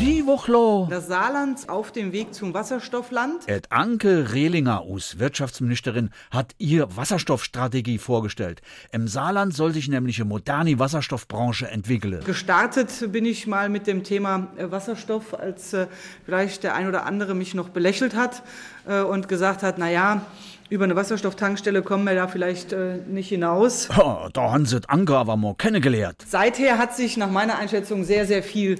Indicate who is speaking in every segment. Speaker 1: Die Wochlo.
Speaker 2: Das Saarland auf dem Weg zum Wasserstoffland.
Speaker 1: Et Anke Rehlinger, US Wirtschaftsministerin, hat ihr Wasserstoffstrategie vorgestellt. Im Saarland soll sich nämlich eine moderne Wasserstoffbranche entwickeln.
Speaker 2: Gestartet bin ich mal mit dem Thema äh, Wasserstoff, als äh, vielleicht der ein oder andere mich noch belächelt hat äh, und gesagt hat, na ja, über eine Wasserstofftankstelle kommen wir da vielleicht äh, nicht hinaus.
Speaker 1: Ha, da haben sie et Anke aber mal kennengelernt.
Speaker 2: Seither hat sich nach meiner Einschätzung sehr, sehr viel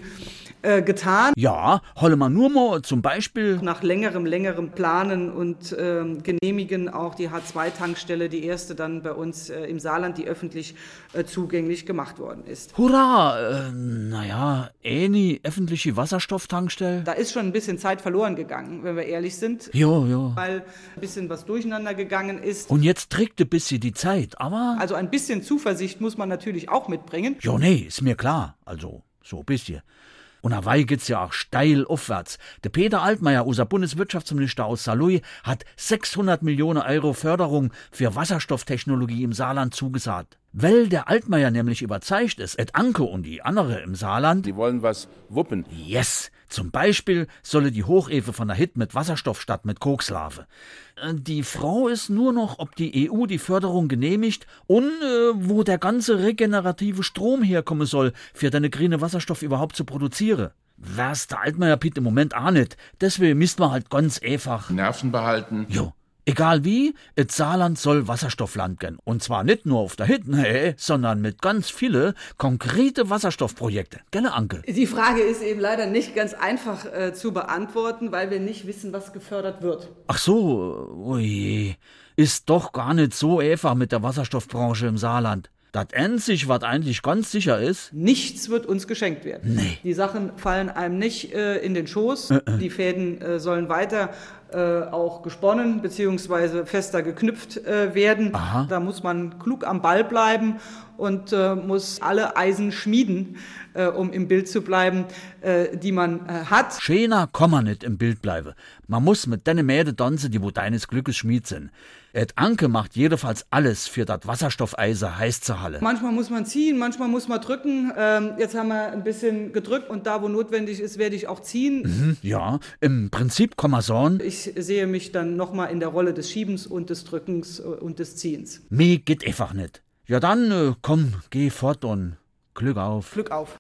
Speaker 2: äh, getan.
Speaker 1: Ja, holle man nur mal zum Beispiel
Speaker 2: Nach längerem, längerem Planen und ähm, Genehmigen auch die H2-Tankstelle, die erste dann bei uns äh, im Saarland, die öffentlich äh, zugänglich gemacht worden ist.
Speaker 1: Hurra! Äh, naja, ähnlich öffentliche Wasserstofftankstelle.
Speaker 2: Da ist schon ein bisschen Zeit verloren gegangen, wenn wir ehrlich sind,
Speaker 1: Jo, jo.
Speaker 2: weil ein bisschen was durcheinander gegangen ist.
Speaker 1: Und jetzt trägt ein bisschen die Zeit, aber.
Speaker 2: Also ein bisschen Zuversicht muss man natürlich auch mitbringen.
Speaker 1: Jo, nee, ist mir klar. Also, so ein bisschen. Und dabei geht's ja auch steil aufwärts. Der Peter Altmaier, unser Bundeswirtschaftsminister aus Saarlouis, hat 600 Millionen Euro Förderung für Wasserstofftechnologie im Saarland zugesagt. Weil der Altmaier nämlich überzeugt ist, et Anke und die andere im Saarland,
Speaker 3: Die wollen was wuppen.
Speaker 1: yes, zum Beispiel solle die Hochefe von der Hit mit Wasserstoff statt mit Kokslave. Äh, Die Frau ist nur noch, ob die EU die Förderung genehmigt und äh, wo der ganze regenerative Strom herkommen soll, für deine grüne Wasserstoff überhaupt zu produzieren. Wär's der Altmaier Piet im Moment auch nicht. Deswegen misst man halt ganz einfach.
Speaker 3: Nerven behalten.
Speaker 1: Jo. Egal wie, et Saarland soll Wasserstoffland gehen. Und zwar nicht nur auf der Hit, nee, sondern mit ganz viele konkrete Wasserstoffprojekte. Gelle Anke.
Speaker 2: Die Frage ist eben leider nicht ganz einfach äh, zu beantworten, weil wir nicht wissen, was gefördert wird.
Speaker 1: Ach so, oje, ist doch gar nicht so einfach mit der Wasserstoffbranche im Saarland. Das einzig, was eigentlich ganz sicher ist,
Speaker 2: Nichts wird uns geschenkt werden.
Speaker 1: Nee.
Speaker 2: Die Sachen fallen einem nicht äh, in den Schoß. Die Fäden äh, sollen weiter äh, auch gesponnen bzw. fester geknüpft äh, werden.
Speaker 1: Aha.
Speaker 2: Da muss man klug am Ball bleiben und äh, muss alle Eisen schmieden, äh, um im Bild zu bleiben, äh, die man äh, hat.
Speaker 1: Schena kann man nicht im Bild bleiben. Man muss mit deine Mäde tanzen, die wo deines Glückes Schmied sind. Et Anke macht jedenfalls alles für das Wasserstoffeiser heiß zu Halle.
Speaker 2: Manchmal muss man ziehen, manchmal muss man drücken. Ähm, jetzt haben wir ein bisschen gedrückt und da, wo notwendig ist, werde ich auch ziehen.
Speaker 1: Hm, Ja, im Prinzip kann man sagen,
Speaker 2: Ich sehe mich dann nochmal in der Rolle des Schiebens und des Drückens äh, und des Ziehens.
Speaker 1: mir geht einfach nicht. Ja dann, äh, komm, geh fort und Glück auf.
Speaker 2: Glück auf.